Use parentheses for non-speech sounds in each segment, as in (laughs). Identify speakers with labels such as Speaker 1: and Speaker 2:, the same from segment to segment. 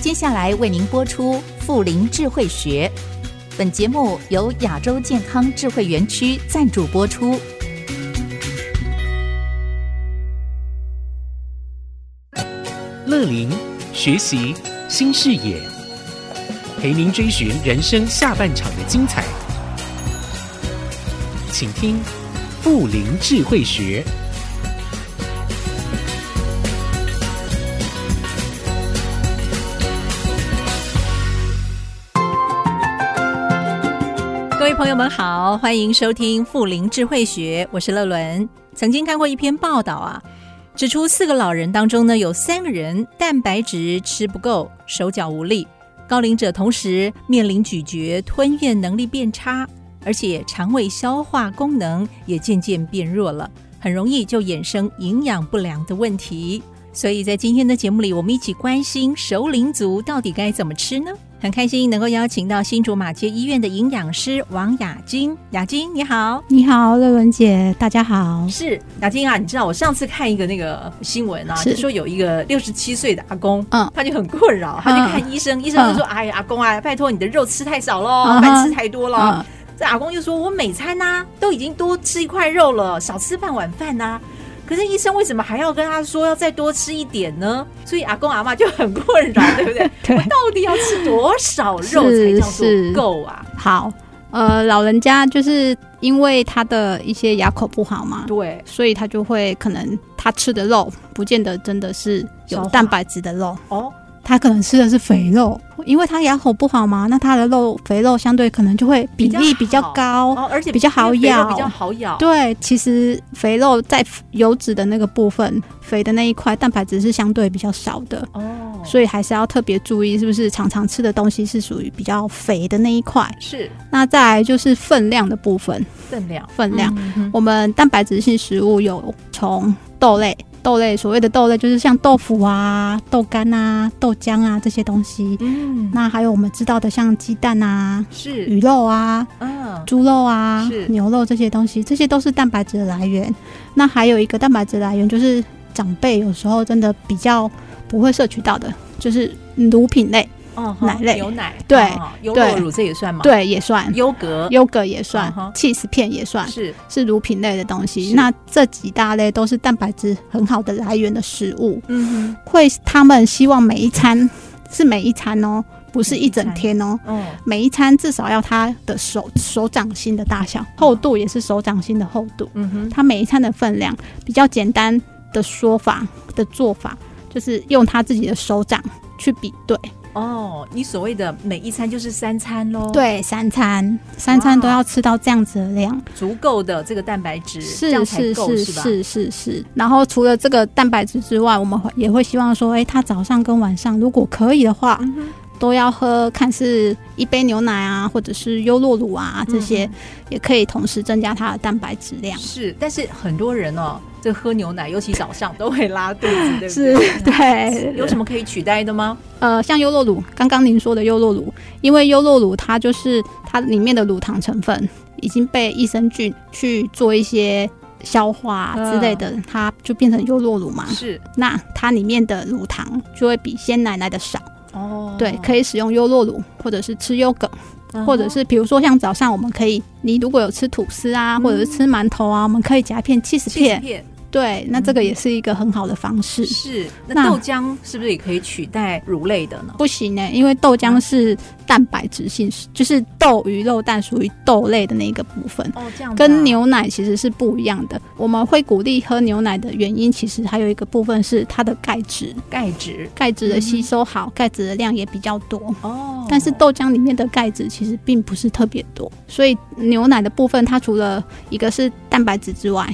Speaker 1: 接下来为您播出《富林智慧学》，本节目由亚洲健康智慧园区赞助播出。
Speaker 2: 乐龄学习新视野，陪您追寻人生下半场的精彩。请听《富林智慧学》。
Speaker 3: 各位朋友们好，欢迎收听《富林智慧学》，我是乐伦。曾经看过一篇报道啊，指出四个老人当中呢，有三个人蛋白质吃不够，手脚无力；高龄者同时面临咀嚼、吞咽能力变差，而且肠胃消化功能也渐渐变弱了，很容易就衍生营养不良的问题。所以在今天的节目里，我们一起关心熟龄族到底该怎么吃呢？很开心能够邀请到新竹马街医院的营养师王雅晶，雅晶你好。
Speaker 4: 你好，乐伦姐，大家好。
Speaker 3: 是雅晶啊，你知道我上次看一个那个新闻啊，
Speaker 4: 是
Speaker 3: 就说有一个六十七岁的阿公，
Speaker 4: 嗯
Speaker 3: 他就很困扰，他去看医生，医生就说：“哎呀，阿公啊，拜托你的肉吃太少喽，
Speaker 4: 嗯哼
Speaker 3: 饭吃太多了。
Speaker 4: 嗯”
Speaker 3: 这阿公就说：“我每餐呐、都已经多吃一块肉了，少吃半碗饭呐、可是医生为什么还要跟他说要再多吃一点呢？所以阿公阿妈就很困扰，对不对？
Speaker 4: (laughs) 对
Speaker 3: 我到底要吃多少肉才
Speaker 4: 是
Speaker 3: 叫做
Speaker 4: 是
Speaker 3: 够啊？
Speaker 4: 好，呃，老人家就是因为他的一些牙口不好嘛，
Speaker 3: 对，
Speaker 4: 所以他就会可能他吃的肉不见得真的是
Speaker 3: 消
Speaker 4: 有
Speaker 3: 化
Speaker 4: 蛋白质的肉，
Speaker 3: 哦，
Speaker 4: 他可能吃的是肥肉，因为他牙口不好嘛，那他的肉肥肉相对可能就会比例
Speaker 3: 比
Speaker 4: 比
Speaker 3: 较
Speaker 4: 较
Speaker 3: 好
Speaker 4: 高。
Speaker 3: 哦，而且
Speaker 4: 比较好
Speaker 3: 因为肥肉
Speaker 4: 咬
Speaker 3: 比较好咬，
Speaker 4: 对，其实肥肉在油脂的那个部分，肥的那一块蛋白质是相对比较少的，
Speaker 3: 哦，
Speaker 4: 所以还是要特别注意，是不是常常吃的东西是属于比较肥的那一块。
Speaker 3: 是
Speaker 4: 那再来就是分量的部分，
Speaker 3: 分量。
Speaker 4: 分量，
Speaker 3: 嗯
Speaker 4: 我们蛋白质性食物有从豆类，豆类所谓的豆类就是像豆腐啊、豆干啊、豆浆啊这些东西。
Speaker 3: 嗯，
Speaker 4: 那还有我们知道的像鸡蛋啊、
Speaker 3: 是
Speaker 4: 鱼肉啊、
Speaker 3: 嗯，
Speaker 4: 猪肉啊
Speaker 3: 是、
Speaker 4: 牛肉这些东西，这些都是蛋白质的来源。那还有一个蛋白质来源就是长辈有时候真的比较不会摄取到的，就是乳品类，
Speaker 3: 哦，
Speaker 4: 奶
Speaker 3: 好
Speaker 4: 类
Speaker 3: 牛奶
Speaker 4: 对
Speaker 3: 哦优酪乳这也算吗？，
Speaker 4: 对，也算。
Speaker 3: 优格
Speaker 4: 优格也算
Speaker 3: 嗯哼
Speaker 4: ，cheese 片也算，
Speaker 3: 是
Speaker 4: 是乳品类的东
Speaker 3: 是
Speaker 4: 西。那这几大类都是蛋白质很好的来源的食物，
Speaker 3: 嗯
Speaker 4: 会他们希望每一餐是每一餐哦，不是一整天哦。
Speaker 3: 哼嗯
Speaker 4: 每一餐至少要它的手手掌心的大小，厚度也是手掌心的厚度。
Speaker 3: 嗯哼
Speaker 4: 它每一餐的分量比较简单的说法的做法，就是用他自己的手掌去比对。
Speaker 3: 哦，你所谓的每一餐就是三餐喽，，
Speaker 4: 对，三餐三餐都要吃到这样子的量。
Speaker 3: 足够的这个蛋白质，这
Speaker 4: 是
Speaker 3: 样才
Speaker 4: 是
Speaker 3: 够
Speaker 4: 是
Speaker 3: 吧？
Speaker 4: 是是是。然后除了这个蛋白质之外，我们会也会希望说，哎，他早上跟晚上如果可以的话，
Speaker 3: 嗯哼
Speaker 4: 都要喝，看是一杯牛奶啊，或者是优酪乳啊，这些、
Speaker 3: 嗯
Speaker 4: 也可以同时增加他的蛋白质量。
Speaker 3: 是，但是很多人哦，这喝牛奶，尤其早上都会拉肚子，
Speaker 4: (laughs)
Speaker 3: 对不
Speaker 4: 是
Speaker 3: 对？， (laughs)
Speaker 4: 对，
Speaker 3: 有什么可以取代的吗？
Speaker 4: 呃，像优酪乳，刚刚您说的优酪乳，因为优酪乳它就是它里面的乳糖成分已经被益生菌去做一些消化之类
Speaker 3: 嗯
Speaker 4: 的，它就变成优酪乳嘛。
Speaker 3: 是
Speaker 4: 那它里面的乳糖就会比鲜奶来的少，
Speaker 3: 哦，
Speaker 4: 对，可以使用优酪乳，或者是吃优梗，
Speaker 3: 嗯哼，
Speaker 4: 或者是比如说像早上我们可以，你如果有吃吐司啊，或者是吃馒头啊，我们可以夹一片 cheese
Speaker 3: 嗯片
Speaker 4: 片，
Speaker 3: 片
Speaker 4: 对，那这个也是一个很好的方式。
Speaker 3: 是，那
Speaker 4: 那
Speaker 3: 豆浆是不是也可以取代乳类的呢？
Speaker 4: 不行呢、因为豆浆是蛋白质性，就是豆、鱼、肉、蛋属于豆类的那一个部分，
Speaker 3: 哦，这样子啊
Speaker 4: 跟牛奶其实是不一样的。我们会鼓励喝牛奶的原因，其实还有一个部分是它的钙质，
Speaker 3: 钙质
Speaker 4: 钙质的吸收好，钙质的量也比较多。
Speaker 3: 哦，
Speaker 4: 但是豆浆里面的钙质其实并不是特别多，所以牛奶的部分，它除了一个是蛋白质之外，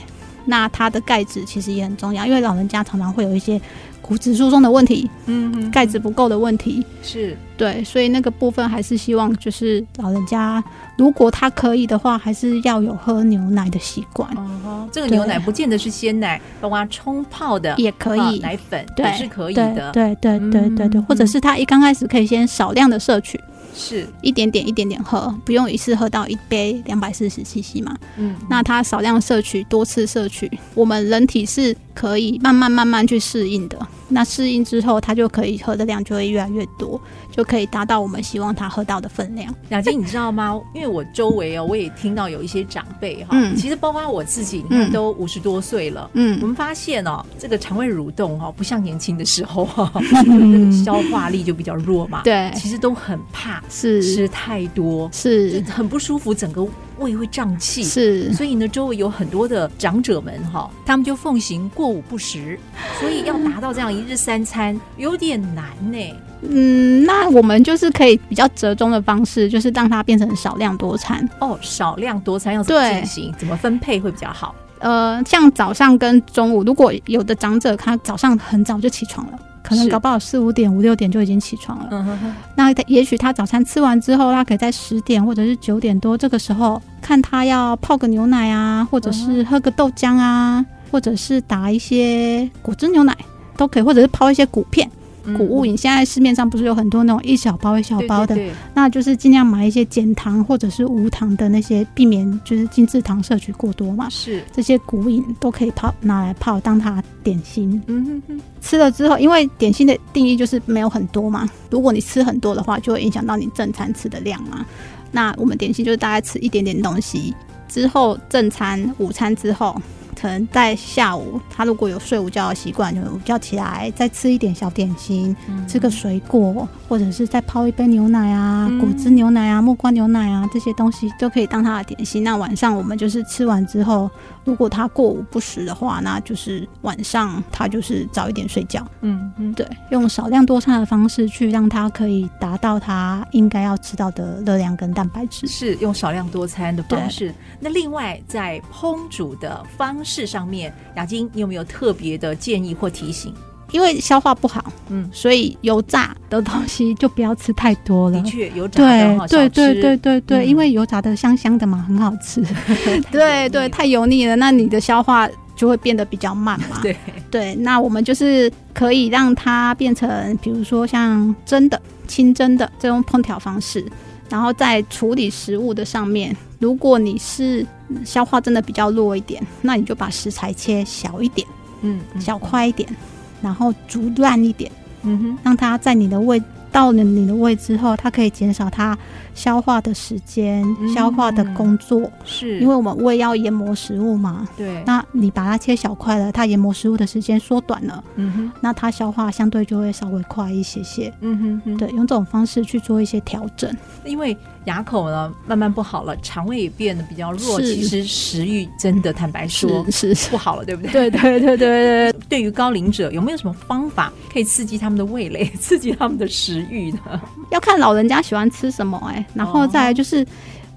Speaker 4: 那它的钙质其实也很重要，因为老人家常常会有一些骨质疏松的问题、
Speaker 3: 嗯
Speaker 4: 钙质不够的问题，
Speaker 3: 是
Speaker 4: 对，所以那个部分还是希望就是老人家，如果他可以的话，还是要有喝牛奶的习惯，
Speaker 3: 嗯哼，这个
Speaker 4: 对
Speaker 3: 牛奶不见得是鲜奶，包括冲泡的
Speaker 4: 也可
Speaker 3: 啊
Speaker 4: 以。
Speaker 3: 奶粉
Speaker 4: 对
Speaker 3: 也是可以
Speaker 4: 对
Speaker 3: 的，
Speaker 4: 对对对对对，
Speaker 3: 嗯
Speaker 4: 或者是他一刚开始可以先少量的摄取，
Speaker 3: 是
Speaker 4: 一点点一点点喝，不用一次喝到一杯两百四十 CC 嘛。
Speaker 3: 嗯，
Speaker 4: 那他少量摄取，多次摄取，我们人体是可以慢慢慢慢去适应的。那适应之后，它就可以喝的量就会越来越多，就可以达到我们希望它喝到的分量。
Speaker 3: 雅静，你知道吗？因为我周围哦，我也听到有一些长辈哈、
Speaker 4: 嗯
Speaker 3: 其实包括我自己，你看
Speaker 4: 嗯
Speaker 3: 都五十多岁了。我
Speaker 4: 嗯，
Speaker 3: 们发现哦，这个肠胃蠕动哈、哦，不像年轻的时候
Speaker 4: (laughs)
Speaker 3: 哈、那个消化力就比较弱嘛。，
Speaker 4: 对，
Speaker 3: 其实都很怕
Speaker 4: 是
Speaker 3: 吃太多，就是很不舒服，整个胃会胀气。
Speaker 4: (laughs) 是，
Speaker 3: 所以呢，周围有很多的长者们哈，他们就奉行过午不食，所以要达到这样一日三餐有点难呢、
Speaker 4: 嗯，那我们就是可以比较折中的方式，就是让它变成少量多餐。
Speaker 3: 哦，少量多餐要怎么
Speaker 4: 对
Speaker 3: 进行？怎么分配会比较好？
Speaker 4: 呃，像早上跟中午，如果有的长者他早上很早就起床了，可能
Speaker 3: 是
Speaker 4: 搞不好四五点、五六点就已经起床了。
Speaker 3: 嗯哼哼，
Speaker 4: 那他也许他早餐吃完之后，他可以在十点或者是九点多这个时候，看他要泡个牛奶啊，或者是喝个豆浆啊，或者是打一些果汁牛奶啊都可以，或者是泡一些谷片、
Speaker 3: 嗯
Speaker 4: 谷物饮。现在市面上不是有很多那种一小包一小
Speaker 3: 对
Speaker 4: 包的，
Speaker 3: 对对
Speaker 4: 那就是尽量买一些减糖或者是无糖的那些，避免就是精制糖摄取过多嘛。
Speaker 3: 是，
Speaker 4: 这些谷饮都可以泡拿来泡当它点心，
Speaker 3: 嗯哼哼，
Speaker 4: 吃了之后，因为点心的定义就是没有很多嘛，如果你吃很多的话，就会影响到你正餐吃的量嘛。那我们点心就是大概吃一点点东西，之后正餐、午餐之后，可能在下午，他如果有睡午觉的习惯，就午觉起来再吃一点小点心，
Speaker 3: 嗯
Speaker 4: 吃个水果，或者是再泡一杯牛奶啊、
Speaker 3: 嗯
Speaker 4: 果汁牛奶啊、木瓜牛奶啊这些东西，都可以当他的点心。那晚上我们就是吃完之后，如果他过午不食的话，那就是晚上他就是早一点睡觉。
Speaker 3: 嗯嗯，
Speaker 4: 对，用少量多餐的方式去让它可以达到它应该要吃到的热量跟蛋白质。
Speaker 3: 是用少量多餐的方式。那另外在烹煮的方式上面，雅晶，你有没有特别的建议或提醒？
Speaker 4: 因为消化不好，
Speaker 3: 嗯
Speaker 4: 嗯，所以油炸的东西就不要吃太多
Speaker 3: 的
Speaker 4: 了。
Speaker 3: 确有炸的
Speaker 4: 对
Speaker 3: 哈，
Speaker 4: 嗯对
Speaker 3: 少吃
Speaker 4: 对对对
Speaker 3: 嗯
Speaker 4: 对，因为油炸的香香的嘛，很好
Speaker 3: (laughs)
Speaker 4: 吃。对
Speaker 3: 嗯
Speaker 4: 对，太油腻了，那你的消化就会变得比较慢嘛。
Speaker 3: 对，
Speaker 4: 对，那我们就是可以让它变成，比如说像蒸的、清蒸的这种烹调方式，然后在处理食物的上面，如果你是嗯消化真的比较弱一点，那你就把食材切小一点、
Speaker 3: 嗯，嗯
Speaker 4: 小，块一点，然后煮烂一点，
Speaker 3: 嗯哼，
Speaker 4: 让它在你的胃到了你的胃之后，它可以减少它消化的时间、消化的工作，
Speaker 3: 是
Speaker 4: 因为我们胃要研磨食物嘛。
Speaker 3: 对，
Speaker 4: 那你把它切小块了，它研磨食物的时间缩短了。
Speaker 3: 嗯哼，
Speaker 4: 那它消化相对就会稍微快一些些。
Speaker 3: 嗯哼哼，
Speaker 4: 对，用这种方式去做一些调整。
Speaker 3: 因为牙口呢慢慢不好了，肠胃也变得比较弱，
Speaker 4: 是
Speaker 3: 其实食欲真的坦白说
Speaker 4: 是是，
Speaker 3: 不好了，对不 (laughs) 对？
Speaker 4: 对对对对对，
Speaker 3: 对于高龄者，有没有什么方法可以刺激他们的味蕾， (laughs) 刺激他们的食欲
Speaker 4: (laughs)
Speaker 3: 呢？
Speaker 4: 要看老人家喜欢吃什么哎、然后
Speaker 3: 哦
Speaker 4: 再来就是，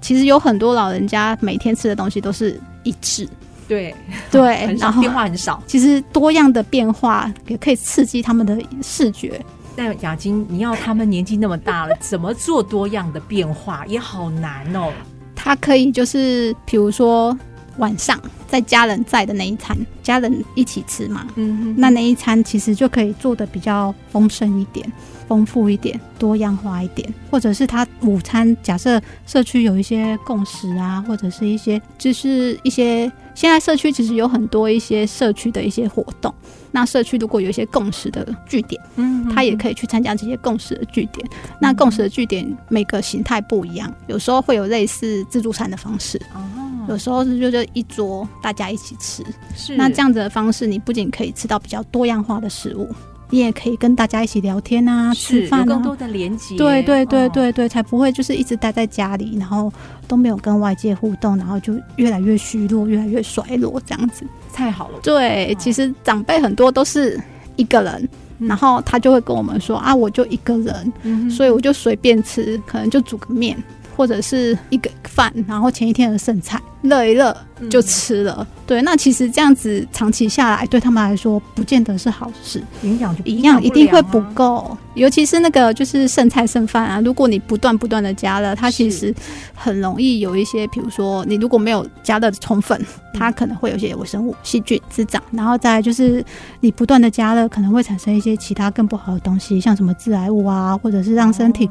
Speaker 4: 其实有很多老人家每天吃的东西都是一致，
Speaker 3: 对，
Speaker 4: 对
Speaker 3: 很，少
Speaker 4: 哎然后
Speaker 3: 变化很少。
Speaker 4: 其实多样的变化也可以刺激他们的视觉。
Speaker 3: 但雅晶，你要他们年纪那么大了，怎么做多样的变化也好难哦。
Speaker 4: 它可以就是，比如说晚上在家人在的那一餐，家人一起吃嘛，
Speaker 3: 嗯
Speaker 4: 那那一餐其实就可以做的比较丰盛一点、丰富一点、多样化一点，或者是他午餐，假设社区有一些共识啊，或者是一些就是一些现在社区其实有很多一些啊社区的一些活动，那社区如果有一些共识的据点，
Speaker 3: 嗯
Speaker 4: 他也可以去参加这些共识的据点。那共识的据点每个形态不一样，有时候会有类似自助餐的方式，
Speaker 3: 哦，
Speaker 4: 有时候是就是一桌大家一起吃，
Speaker 3: 是
Speaker 4: 那这样子的方式，你不仅可以吃到比较多样化的食物，你也可以跟大家一起聊天啊，
Speaker 3: 是
Speaker 4: 吃
Speaker 3: 有
Speaker 4: 饭
Speaker 3: 更多
Speaker 4: 啊。
Speaker 3: 的连接。
Speaker 4: 对对对
Speaker 3: 哦，
Speaker 4: 对对，才不会就是一直待在家里，然后都没有跟外界互动，然后就越来越虚弱，越来越衰落这样子。
Speaker 3: 太好了。
Speaker 4: 对，其实长辈很多都是一个人，
Speaker 3: 嗯
Speaker 4: 然后他就会跟我们说啊，我就一个人，
Speaker 3: 嗯
Speaker 4: 所以我就随便吃，可能就煮个面或者是一个饭，然后前一天的剩菜热一热
Speaker 3: 嗯
Speaker 4: 就吃了。对，那其实这样子长期下来，对他们来说不见得是好事，
Speaker 3: 营养就啊
Speaker 4: 营养一定会不
Speaker 3: 够。
Speaker 4: 够，尤其是那个就是剩菜剩饭啊，如果你不断不断的加热，它其实很容易有一些，比如说你如果没有加热充分，它可能会有一些微生物、细菌滋长，然后再来就是你不断的加热，可能会产生一些其他更不好的东西，像什么致癌物啊，或者是让身体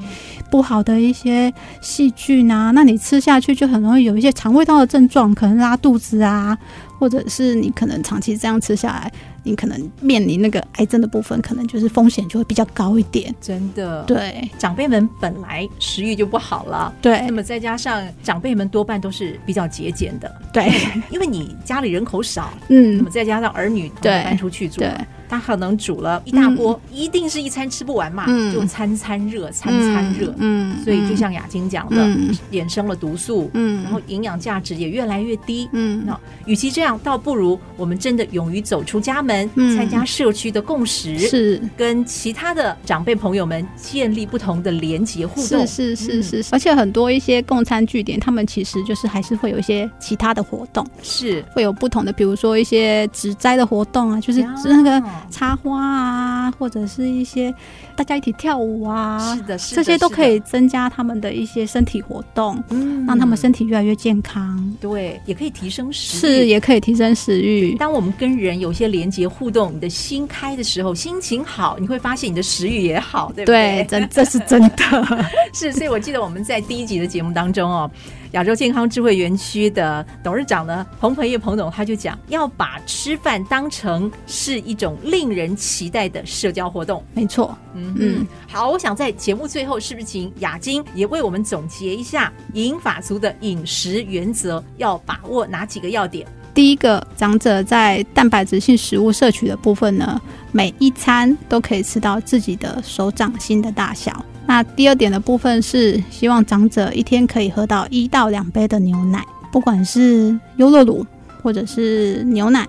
Speaker 4: 不好的一些细菌啊，那你吃下去就很容易有一些肠胃道的症状，可能拉肚子啊，或者是你可能长期这样吃下来，你可能面临那个癌症的部分，可能就是风险就会比较高一点。
Speaker 3: 真的，，
Speaker 4: 对
Speaker 3: 长辈们本来食欲就不好了，
Speaker 4: 对
Speaker 3: 那么再加上长辈们多半都是比较节俭的，
Speaker 4: 对，
Speaker 3: 因为你家里人口少，那
Speaker 4: 嗯
Speaker 3: 么，再加上儿女同时
Speaker 4: 对
Speaker 3: 搬出去住
Speaker 4: 对，
Speaker 3: 他可能煮了一大锅，一定是一餐吃不完嘛，
Speaker 4: 嗯
Speaker 3: 就餐餐热，餐餐热，
Speaker 4: 嗯
Speaker 3: 所以就像雅晶讲的，
Speaker 4: 嗯
Speaker 3: 衍生了毒素，
Speaker 4: 嗯，
Speaker 3: 然后营养价值也越来越低。
Speaker 4: 嗯
Speaker 3: 那与其这样，倒不如我们真的勇于走出家门，
Speaker 4: 嗯
Speaker 3: 参加社区的共识，
Speaker 4: 是
Speaker 3: 跟其他的长辈朋友们建立不同的连结互动嗯
Speaker 4: 是。是是是，而且很多一些共餐据点，他们其实就是还是会有一些其他的活动，
Speaker 3: 是，
Speaker 4: 会有不同的，比如说一些植栽的活动啊，就是
Speaker 3: 啊
Speaker 4: 那个插花啊，或者是一些大家一起跳舞啊
Speaker 3: 是，的，是的
Speaker 4: 这些都
Speaker 3: 是的
Speaker 4: 可以增加他们的一些身体活动，
Speaker 3: 嗯
Speaker 4: 让他们身体越来越健康，
Speaker 3: 对，也可以提升食欲
Speaker 4: 是也可以提升食欲。
Speaker 3: 当我们跟人有些连接互动，你的心开的时候，心情好，你会发现你的食欲也好，对不
Speaker 4: 对，
Speaker 3: 对？
Speaker 4: 真这是真的，
Speaker 3: (laughs) 是，所以我记得我们在第一集的节目当中哦，亚洲健康智慧园区的董事长呢，彭培业彭董他就讲，要把吃饭当成是一种令人期待的社交活动。
Speaker 4: 没错。
Speaker 3: 嗯嗯
Speaker 4: 嗯，
Speaker 3: 好，我想在节目最后，是不是请雅晶也为我们总结一下银法族的饮食原则，要把握哪几个要点？
Speaker 4: 第一个，长者在蛋白质性食物摄取的部分呢，每一餐都可以吃到自己的手掌心的大小。那第二点的部分是，希望长者一天可以喝到一到两杯的牛奶，不管是优乐乳，或者是牛奶，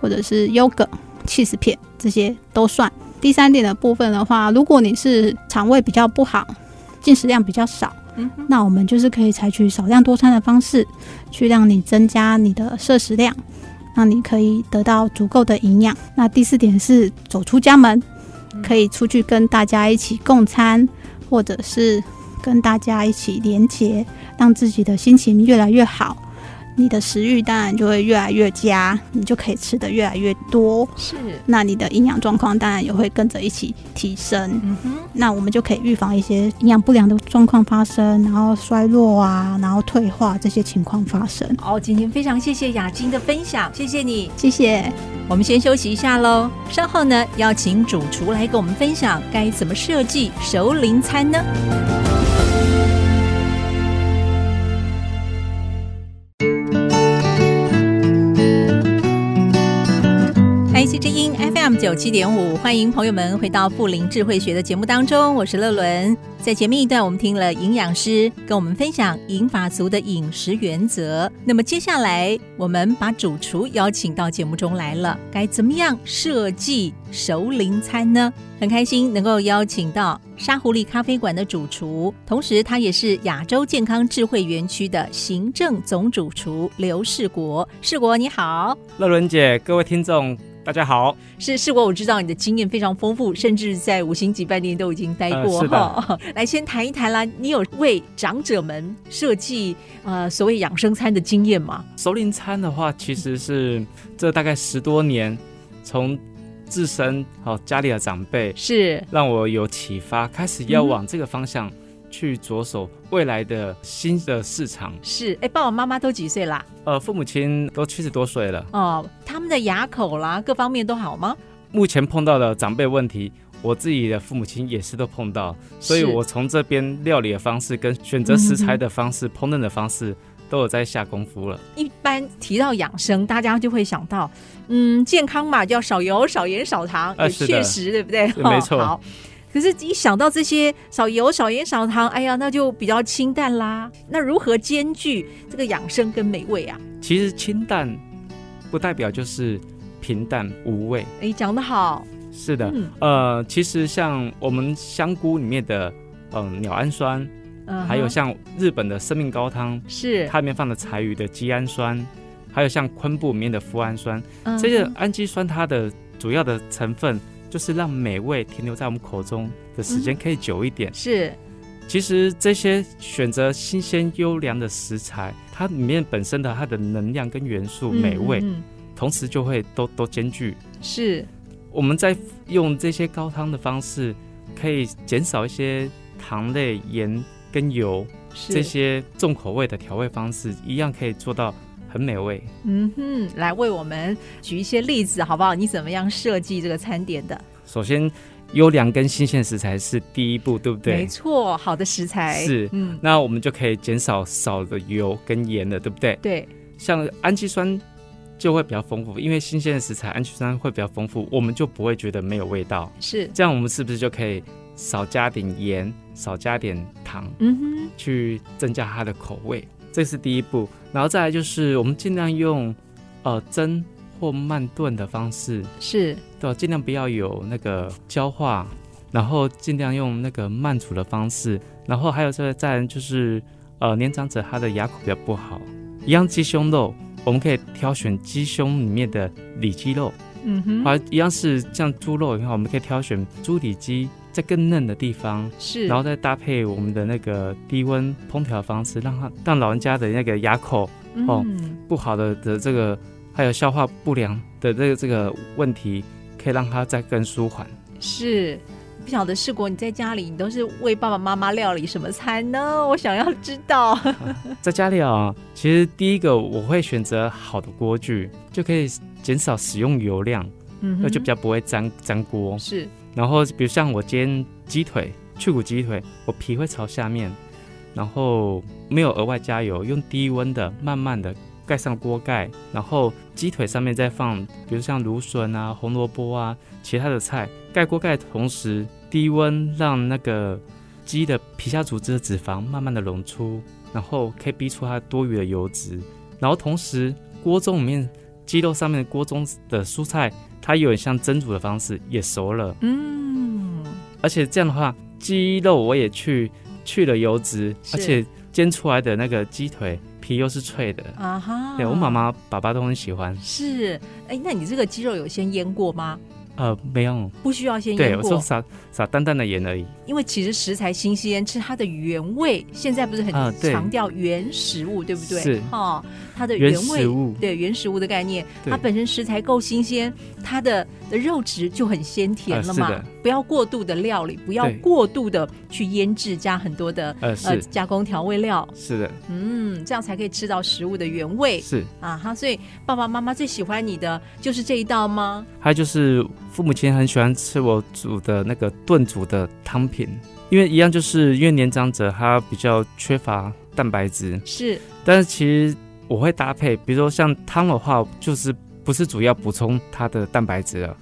Speaker 4: 或者是优格、cheese 片，这些都算。第三点的部分的话，如果你是肠胃比较不好，进食量比较少，
Speaker 3: 嗯哼，
Speaker 4: 那我们就是可以采取少量多餐的方式，去让你增加你的摄食量，让你可以得到足够的营养。那第四点是走出家门，
Speaker 3: 嗯
Speaker 4: 可以出去跟大家一起共餐，或者是跟大家一起连结，让自己的心情越来越好。你的食欲当然就会越来越佳，你就可以吃得越来越多，
Speaker 3: 是，
Speaker 4: 那你的营养状况当然也会跟着一起提升。
Speaker 3: 嗯哼。
Speaker 4: 那我们就可以预防一些营养不良的状况发生，然后衰弱啊，然后退化这些情况发生。
Speaker 3: 好，今天非常谢谢雅晶的分享，谢谢你。
Speaker 4: 谢谢，
Speaker 3: 我们先休息一下喽，稍后呢邀请主厨来跟我们分享该怎么设计熟龄餐呢？IC 之音 FM 九七点五，欢迎朋友们回到富林智慧学的节目当中，我是乐伦。在前面一段，我们听了营养师跟我们分享银法族的饮食原则。那么接下来，我们把主厨邀请到节目中来了，该怎么样设计熟龄餐呢？很开心能够邀请到沙狐狸咖啡馆的主厨，同时他也是亚洲健康智慧园区的行政总主厨刘世国。世国你好。
Speaker 5: 乐伦姐，各位听众，大家好。
Speaker 3: 是是我我知道你的经验非常丰富，甚至在五星级饭店都已经待过
Speaker 5: 呃是的
Speaker 3: 哈、 (laughs) 来，先谈一谈啦，你有为长者们设计呃所谓养生餐的经验吗？
Speaker 5: 熟龄餐的话，其实是这大概十多年，从自身好、家里的长辈，
Speaker 3: 是
Speaker 5: 让我有启发，开始要往这个方向去着手未来的新的市场。
Speaker 3: 是，哎，爸爸妈妈都几岁啦？
Speaker 5: 呃，父母亲都七十多岁了，
Speaker 3: 哦，他们的牙口啦，各方面都好吗？
Speaker 5: 目前碰到的长辈问题。我自己的父母亲也是都碰到，所以
Speaker 3: 是
Speaker 5: 我从这边料理的方式、跟选择食材的方式、烹饪的方式，都有在下功夫了。
Speaker 3: 一般提到养生，大家就会想到，嗯，健康嘛，就要少油、少盐、少糖，
Speaker 5: 啊
Speaker 3: 也
Speaker 5: 是
Speaker 3: 确
Speaker 5: 的
Speaker 3: 实，对不对？
Speaker 5: 是 (laughs) 没错
Speaker 3: 好，可是，一想到这些少油、少盐、少糖，哎呀，那就比较清淡啦。那如何兼具这个养生跟美味啊？
Speaker 5: 其实清淡不代表就是平淡无味。
Speaker 3: 哎，讲得好，
Speaker 5: 是的，
Speaker 3: 嗯
Speaker 5: 呃，其实像我们香菇里面的嗯、鸟氨酸，
Speaker 3: 嗯
Speaker 5: 还有
Speaker 3: 哼
Speaker 5: 像日本的生命高汤，
Speaker 3: 是
Speaker 5: 它里面放的柴鱼的肌氨酸，还有像昆布里面的脯氨酸，
Speaker 3: 嗯
Speaker 5: 这些氨基酸它的主要的成分就是让美味停留在我们口中的时
Speaker 3: 嗯
Speaker 5: 间可以久一点。
Speaker 3: 是
Speaker 5: 其实这些选择新鲜优良的食材，它里面本身的它的能量跟元素、美味。
Speaker 3: 嗯嗯
Speaker 5: 同时就会都都兼具。
Speaker 3: 嗯是
Speaker 5: 我们在用这些高汤的方式，可以减少一些糖类、盐跟油
Speaker 3: 是
Speaker 5: 这些重口味的调味方式，一样可以做到很美味。
Speaker 3: 嗯哼，来为我们举一些例子好不好？你怎么样设计这个餐点的？
Speaker 5: 首先，优良跟新鲜食材是第一步，对不
Speaker 3: 没
Speaker 5: 对？
Speaker 3: 错，好的食材
Speaker 5: 是
Speaker 3: 嗯，
Speaker 5: 那我们就可以减少少的油跟盐了，对不对？
Speaker 3: 对，
Speaker 5: 像氨基酸就会比较丰富，因为新鲜的食材氨基酸会比较丰富，我们就不会觉得没有味道。
Speaker 3: 是，
Speaker 5: 这样我们是不是就可以少加点盐，少加点糖，
Speaker 3: 嗯
Speaker 5: 去增加它的口味？这是第一步。然后再来就是我们尽量用呃蒸或慢炖的方式，
Speaker 3: 哼，是
Speaker 5: 对、啊，尽量不要有那个焦化，然后尽量用那个慢煮的方式，然后还有这个再来就是呃年长者他的牙口比较不好，一样鸡胸肉，我们可以挑选鸡胸里面的里脊肉，
Speaker 3: 嗯哼，
Speaker 5: 而一样是像猪肉的话，我们可以挑选猪里脊在更嫩的地方。
Speaker 3: 是，
Speaker 5: 然后再搭配我们的那个低温烹调的方式，让他让老人家的那个牙口哦
Speaker 3: 嗯，
Speaker 5: 不好的的这个，还有消化不良的这个这个问题，可以让它再更
Speaker 3: (laughs)
Speaker 5: 舒缓。
Speaker 3: 是。不晓得世国，你在家里你都是为爸爸妈妈料理什么菜呢？ (laughs) 我想要知道。
Speaker 5: 在家里啊，其实第一个我会选择好的锅具，就可以减少使用油量，
Speaker 3: 嗯
Speaker 5: 那
Speaker 3: 哼
Speaker 5: 就比较不会粘粘
Speaker 3: (laughs)
Speaker 5: 锅。
Speaker 3: 是
Speaker 5: 然后比如像我煎鸡腿，去骨鸡腿，我皮会朝下面，然后没有额外加油，用低温的慢慢的盖上锅盖，然后鸡腿上面再放，比如像芦笋啊、红萝卜啊，其他的菜。盖锅盖的同时，低温让那个鸡的皮下组织的脂肪慢慢的溶出，然后可以逼出它多余的油脂。然后同时，锅中里面鸡肉上面的锅中的蔬菜，它有点像蒸煮的方式，也熟了。
Speaker 3: 嗯，
Speaker 5: 而且这样的话，鸡肉我也去去了油脂，
Speaker 3: 是
Speaker 5: 而且煎出来的那个鸡腿皮又是脆的。
Speaker 3: 啊哈，
Speaker 5: 对我妈妈、爸爸都很喜欢。
Speaker 3: 是，哎，那你这个鸡肉有先腌过吗？
Speaker 5: 呃，没有，
Speaker 3: 不需要先
Speaker 5: 对
Speaker 3: 腌
Speaker 5: 我说
Speaker 3: 过，
Speaker 5: 撒撒淡淡的盐而已。
Speaker 3: 因为其实食材新鲜吃它的原味，现在不是很
Speaker 5: 啊对
Speaker 3: 强调原食物，对不对？
Speaker 5: 是
Speaker 3: 哦，它的
Speaker 5: 原
Speaker 3: 味
Speaker 5: 食物
Speaker 3: 对原食物的概念，
Speaker 5: 对
Speaker 3: 它本身食材够新鲜，它的肉质就很鲜甜
Speaker 5: 啊
Speaker 3: 了
Speaker 5: 是
Speaker 3: 嘛。
Speaker 5: 的
Speaker 3: 不要过度的料理，不要
Speaker 5: 对
Speaker 3: 过度的去腌制，加很多的
Speaker 5: 呃，
Speaker 3: 呃
Speaker 5: 是
Speaker 3: 加工调味料，
Speaker 5: 是的，
Speaker 3: 嗯，这样才可以吃到食物的原味
Speaker 5: 是。
Speaker 3: 啊哈。所以爸爸妈妈最喜欢你的就是这一道吗？
Speaker 5: 还有就是父母亲很喜欢吃我煮的那个炖煮的汤品，因为一样就是因为年长者他比较缺乏蛋白质，
Speaker 3: 是
Speaker 5: 但是其实我会搭配，比如说像汤的话，就是不是主要补充它的蛋白质了，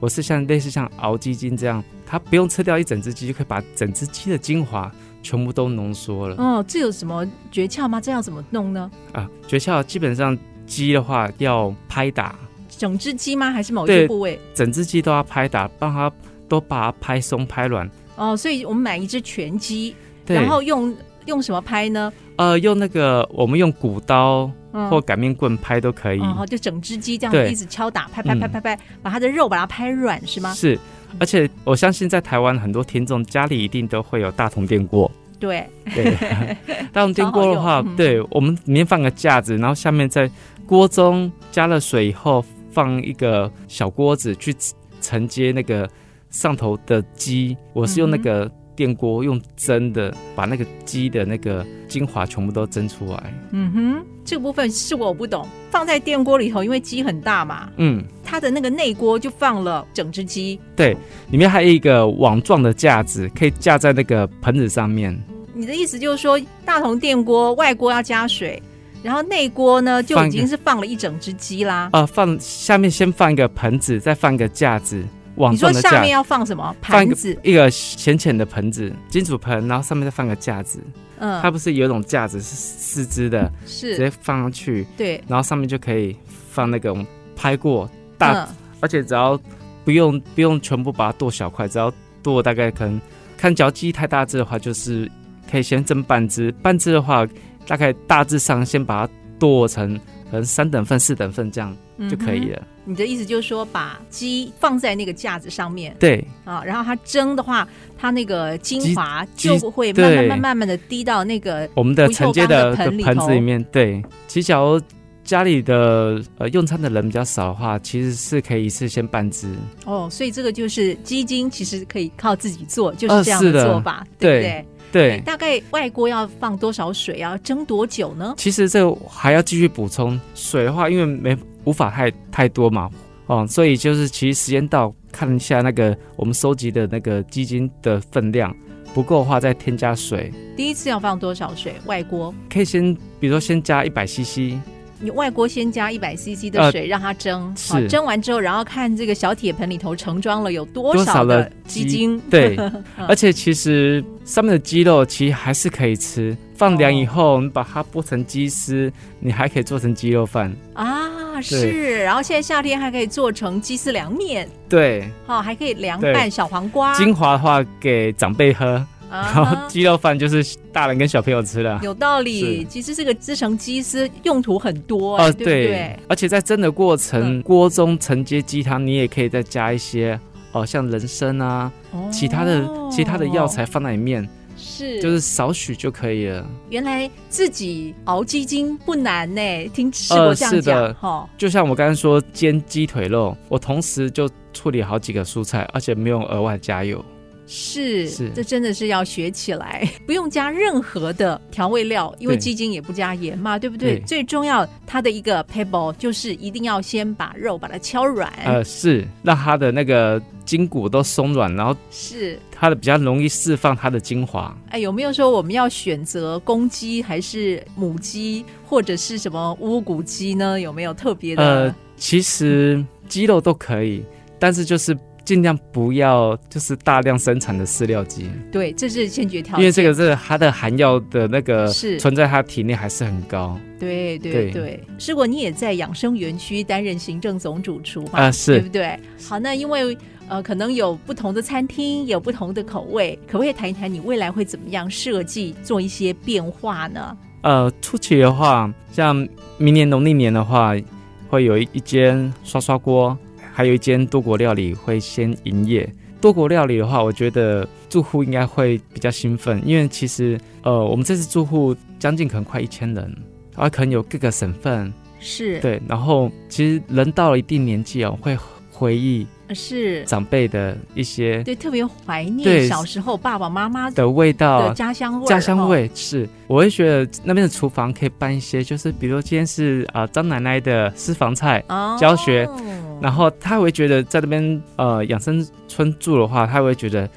Speaker 5: 我是像类似像熬鸡精这样，它不用吃掉一整只鸡，就可以把整只鸡的精华全部都浓缩了、
Speaker 3: 哦，这有什么诀窍吗？这要怎么弄呢？
Speaker 5: 啊。诀窍基本上鸡的话要拍打，
Speaker 3: 整只鸡吗？还是某一
Speaker 5: 对
Speaker 3: 个部位？
Speaker 5: 整只鸡都要拍打，让它都把它拍松拍软。
Speaker 3: 哦，所以我们买一只全鸡，
Speaker 5: 对，
Speaker 3: 然后用用什么拍呢？
Speaker 5: 呃用那个我们用骨刀
Speaker 3: 嗯
Speaker 5: 或擀面棍拍都可以，
Speaker 3: 然后就整只鸡这样
Speaker 5: 对嗯
Speaker 3: 子一直敲打，拍拍拍拍拍，把它的肉把它拍软是吗？
Speaker 5: 是。而且我相信，在台湾很多听众家里一定都会有大同电锅，
Speaker 3: 对，
Speaker 5: 对，大同电锅的
Speaker 3: 好
Speaker 5: 话
Speaker 3: 好，用嗯
Speaker 5: 对我们里面放个架子，然后下面在锅中加了水以后，放一个小锅子去承接那个上头的鸡。我是用那个电锅用蒸的，把那个鸡的那个精华全部都蒸出来。
Speaker 3: 嗯哼，这个部分是我不懂，放在电锅里头，因为鸡很大嘛，
Speaker 5: 嗯，
Speaker 3: 它的那个内锅就放了整只鸡。
Speaker 5: 里面还有一个网状的架子，可以架在那个盆子上面。
Speaker 3: 你的意思就是说，大同电锅外锅要加水，然后内锅呢就
Speaker 5: 放
Speaker 3: 已
Speaker 5: 一个
Speaker 3: 经是放了一整只鸡啦。
Speaker 5: 啊，放下面先放一个盆子，再放一个架子，网
Speaker 3: 你说
Speaker 5: 状的
Speaker 3: 下
Speaker 5: 架
Speaker 3: 面，要放什么
Speaker 5: 放一
Speaker 3: 盘
Speaker 5: 个
Speaker 3: 子？
Speaker 5: 一个浅浅的盆子，金属盆，然后上面再放个架子。
Speaker 3: 嗯，
Speaker 5: 它不是有一种架子是四肢的，直接
Speaker 3: 是
Speaker 5: 放上去，
Speaker 3: 对，
Speaker 5: 然后上面就可以放那种拍过大，
Speaker 3: 嗯
Speaker 5: 而且只要不用不用全部把它剁小块，只要剁大概可能看脚鸡太大只的话，就是可以先蒸半只，半只的话大概大致上先把它剁成可能三等份、四等份这样就可以。
Speaker 3: 嗯哼
Speaker 5: 了。
Speaker 3: 你的意思就是说，把鸡放在那个架子上面
Speaker 5: 对，
Speaker 3: 啊，然后它蒸的话，它那个精华
Speaker 5: 鸡
Speaker 3: 就会慢慢
Speaker 5: 对
Speaker 3: 慢慢慢的滴到那个
Speaker 5: 我们的承接的
Speaker 3: 不锈钢的盆里头
Speaker 5: 盆子里面，对，其实假如家里的呃用餐的人比较少的话，其实是可以一次先半只，
Speaker 3: 哦，所以这个就是鸡精，其实可以靠自己做，就
Speaker 5: 呃
Speaker 3: 是这样
Speaker 5: 是的
Speaker 3: 做法，对不
Speaker 5: 对
Speaker 3: 对？
Speaker 5: 对，
Speaker 3: 大概外锅要放多少水啊？蒸多久呢？
Speaker 5: 其实这个还要继续补充水的话，因为没无法太太多嘛，哦，所以就是其实时间到看一下那个我们收集的那个鸡精的分量，不够的话再添加水，
Speaker 3: 第一次要放多少水？外锅，
Speaker 5: 可以先比如说先加一百 CC，
Speaker 3: 你外锅先加一百 CC 的
Speaker 5: 呃
Speaker 3: 水让它蒸，啊
Speaker 5: 是
Speaker 3: 蒸完之后，然后看这个小铁盆里头盛装了有多
Speaker 5: 多
Speaker 3: 少
Speaker 5: 少
Speaker 3: 的
Speaker 5: 的
Speaker 3: 鸡精， (laughs)
Speaker 5: 对，而且其实上面的鸡肉其实还是可以吃，放凉以后你把它剥成鸡丝，你还可以做成鸡肉饭，
Speaker 3: 啊，是。然后现在夏天还可以做成鸡丝凉面，
Speaker 5: 对，
Speaker 3: 哦，还可以凉
Speaker 5: 对
Speaker 3: 拌小黄瓜，
Speaker 5: 精华的话给长辈喝，
Speaker 3: 啊
Speaker 5: 然
Speaker 3: 哈
Speaker 5: (laughs) 后鸡肉饭就是大人跟小朋友吃了。
Speaker 3: 有道理。
Speaker 5: 是
Speaker 3: 其实这个制成鸡丝用途很多、哎
Speaker 5: 哦，
Speaker 3: 对不对？
Speaker 5: 而且在蒸的过程，
Speaker 3: 嗯
Speaker 5: 锅中承接鸡汤，你也可以再加一些哦，像人参啊，
Speaker 3: 哦
Speaker 5: 其他的、其他的药材放在里面，
Speaker 3: 是
Speaker 5: 就是少许就可以了。
Speaker 3: 原来自己熬鸡精不难呢、听师傅这样
Speaker 5: 呃是的
Speaker 3: 讲哈、
Speaker 5: 就像我刚才说煎鸡腿肉，我同时就处理好几个蔬菜，而且没有额外加油。
Speaker 3: 是
Speaker 5: 是
Speaker 3: 这真的是要学起来，不用加任何的调味料，因为
Speaker 5: 对
Speaker 3: 鸡精也不加盐嘛，对不对？
Speaker 5: 对
Speaker 3: 最重要它的一个 pebble 就是一定要先把肉把它敲软，
Speaker 5: 呃，是让它的那个筋骨都松软，然后
Speaker 3: 是。
Speaker 5: 它的比较容易释放它的精华。
Speaker 3: 哎，有没有说我们要选择公鸡还是母鸡，或者是什么乌骨鸡呢？有没有特别的？
Speaker 5: 呃，其实鸡肉都可以，但是就是尽量不要就是大量生产的饲料鸡。
Speaker 3: 对，这是先决条件。
Speaker 5: 因为这个是它的含药的那个
Speaker 3: 是
Speaker 5: 存在它体内还是很高
Speaker 3: 对对
Speaker 5: 对
Speaker 3: 对，师果你也在养生园区担任行政总主厨嘛？
Speaker 5: 啊
Speaker 3: 对
Speaker 5: 是
Speaker 3: 不对？好，那因为呃，可能有不同的餐厅，有不同的口味，可不可以谈一谈你未来会怎么样设计，做一些变化呢？
Speaker 5: 呃，初期的话，像明年农历年的话，会有一一间刷刷锅，还有一间多国料理会先营业。多国料理的话，我觉得住户应该会比较兴奋，因为其实呃，我们这次住户将近可能快一千人，啊，可能有各个省份，
Speaker 3: 是，
Speaker 5: 对。然后其实人到了一定年纪哦，会回忆
Speaker 3: 呃是，
Speaker 5: 长辈的一些
Speaker 3: 对，特别怀念
Speaker 5: 对
Speaker 3: 小时候爸爸妈妈的
Speaker 5: 的味道，
Speaker 3: 家乡味儿，
Speaker 5: 家乡
Speaker 3: 哦。
Speaker 5: 味是，我会觉得那边的厨房可以办一些，就是比如说今天是啊、呃张奶奶的私房菜，
Speaker 3: 哦
Speaker 5: 教学然后她会觉得在那边呃养生村住的话，她会觉得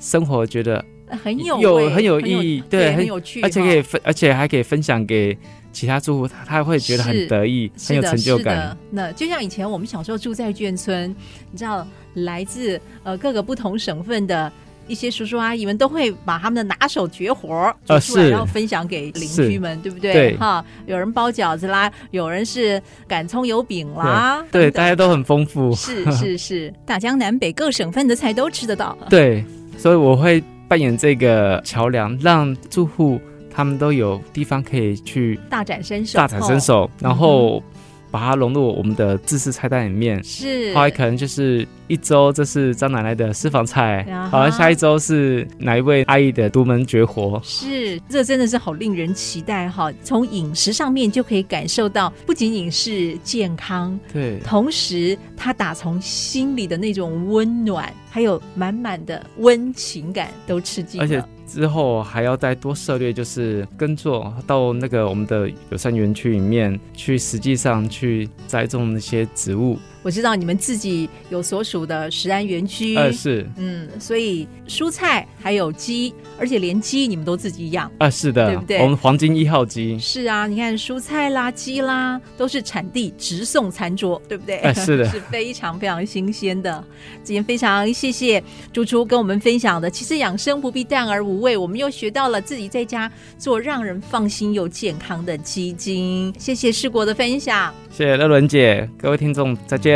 Speaker 5: 生活觉得，
Speaker 3: 很有
Speaker 5: 有
Speaker 3: 味
Speaker 5: 很有意义对
Speaker 3: 很
Speaker 5: 很
Speaker 3: 有趣，
Speaker 5: 而且可
Speaker 3: 哈
Speaker 5: 以分，而且还可以分享给其他住户，她她会觉得
Speaker 3: 是
Speaker 5: 很得意，
Speaker 3: 是
Speaker 5: 很有
Speaker 3: 的
Speaker 5: 成就是感
Speaker 3: 的。那就像以前我们小时候住在眷村，你知道，来自呃各个不同省份的。一些叔叔阿姨们都会把他们的拿手绝活儿做
Speaker 5: 呃
Speaker 3: 出来，
Speaker 5: 是
Speaker 3: 然后分享给邻居们，对不对？
Speaker 5: 对
Speaker 3: 哈，有人包饺子啦，有人是擀葱油饼啦，
Speaker 5: 对，
Speaker 3: 等
Speaker 5: 大家都很丰富
Speaker 3: 等， (laughs) 是是是，大江南北各省份的菜都吃得到。
Speaker 5: 对，所以我会扮演这个桥梁，让住户他们都有地方可以去
Speaker 3: 大展身手，
Speaker 5: 大展身
Speaker 3: 哦，
Speaker 5: 手，然后把它融入我们的自制菜单里面。
Speaker 3: 是
Speaker 5: 后来可能就是一周，这是张奶奶的私房菜
Speaker 3: 啊，哈
Speaker 5: 好，下一周是哪一位阿姨的独门绝活？
Speaker 3: 是，这真的是好令人期待哈！从饮食上面就可以感受到，不仅仅是健康，
Speaker 5: 对
Speaker 3: 同时他打从心里的那种温暖，还有满满的温情感都吃进了。
Speaker 5: 而且之后还要再多涉猎，就是耕作到那个我们的友善园区里面去，实际上去栽种那些植物。
Speaker 3: 我知道你们自己有所属的石安园区，
Speaker 5: 二呃是
Speaker 3: 嗯，所以蔬菜还有鸡，而且连鸡你们都自己养。
Speaker 5: 二是
Speaker 3: 对
Speaker 5: 的
Speaker 3: 不对，
Speaker 5: 我们黄金一号鸡。
Speaker 3: 是啊，你看蔬菜啦、鸡啦，都是产地直送餐桌，对不对？
Speaker 5: 哎是的
Speaker 3: (laughs) 是非常非常新鲜的。今天非常谢谢朱猪跟我们分享的，其实养生不必淡而无味，我们又学到了自己在家做让人放心又健康的鸡精。谢谢世国的分享。
Speaker 5: 谢谢乐伦姐，各位听众，再见。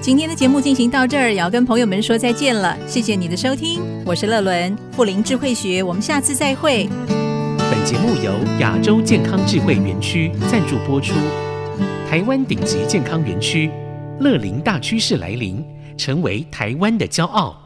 Speaker 3: 今天的节目进行到这儿，也要跟朋友们说再见了。谢谢你的收听，我是乐伦，富林智慧学，我们下次再会。
Speaker 2: 本节目由亚洲健康智慧园区赞助播出。台湾顶级健康园区，乐龄大趋势来临，成为台湾的骄傲。